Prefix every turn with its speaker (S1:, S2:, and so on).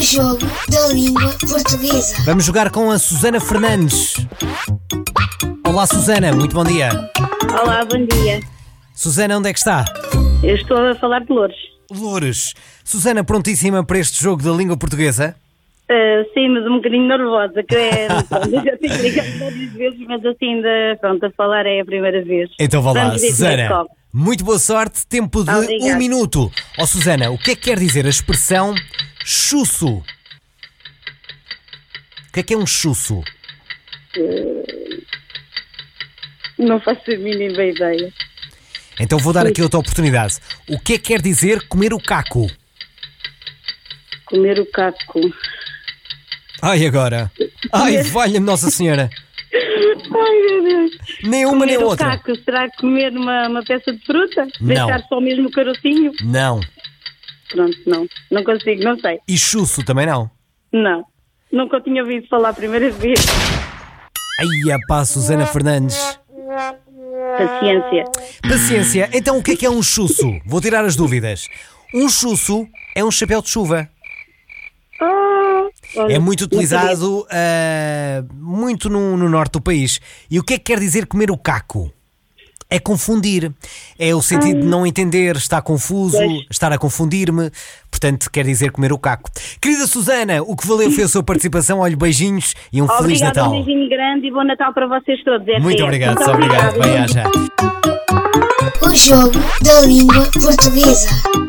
S1: jogo da língua portuguesa.
S2: Vamos jogar com a Susana Fernandes. Olá, Susana, muito bom dia.
S3: Olá, bom dia.
S2: Susana, onde é que está?
S3: Eu estou a falar de Louros.
S2: Loures. Susana, prontíssima para este jogo da língua portuguesa?
S3: Ah, sim, mas um bocadinho nervosa, que é. pronto, já tenho ligado várias vezes, mas assim, de, pronto, a falar é a primeira vez.
S2: Então vá lá,
S3: Vamos ver como é que
S2: Susana.
S3: corre.
S2: Muito boa sorte, tempo de um
S3: Obrigada.
S2: minuto. Ó Susana, o que é que quer dizer a expressão chusso? O que é que é um chusso?
S3: Não faço a mínima ideia.
S2: Então vou dar aqui outra oportunidade. O que é que quer dizer comer o caco?
S3: Comer o caco.
S2: Ai, agora. Ai, valha-me Nossa Senhora.
S3: Ai, meu Deus.
S2: Nem uma
S3: comer
S2: nem
S3: o
S2: outra.
S3: caco, será que comer uma, uma peça de fruta?
S2: Não.
S3: Deixar só mesmo o carocinho?
S2: Não.
S3: Pronto, não. Não consigo, não sei.
S2: E chusso também não?
S3: Não. Nunca o tinha ouvido falar a primeira vez.
S2: Ai, é pá, Susana Fernandes.
S3: Paciência.
S2: Paciência, então o que é que é um chusso? Vou tirar as dúvidas. Um chusso é um chapéu de chuva.
S3: Ah, olha,
S2: É muito
S3: não sabia.
S2: utilizado ah, muito no, no norte do país. E o que é que quer dizer comer o caco? É confundir. É o sentido de não entender, estar confuso,
S3: Pois.
S2: estar a confundir-me. Portanto, quer dizer comer o caco. Querida Susana, o que valeu foi a sua participação. Olhe, beijinhos e um Feliz
S3: Obrigada,
S2: Natal.
S3: um beijinho grande e bom Natal para vocês todos. é
S2: Muito
S3: certo.
S2: obrigado, só obrigado.
S3: obrigada.
S2: Bem-aja.
S1: O jogo da língua portuguesa.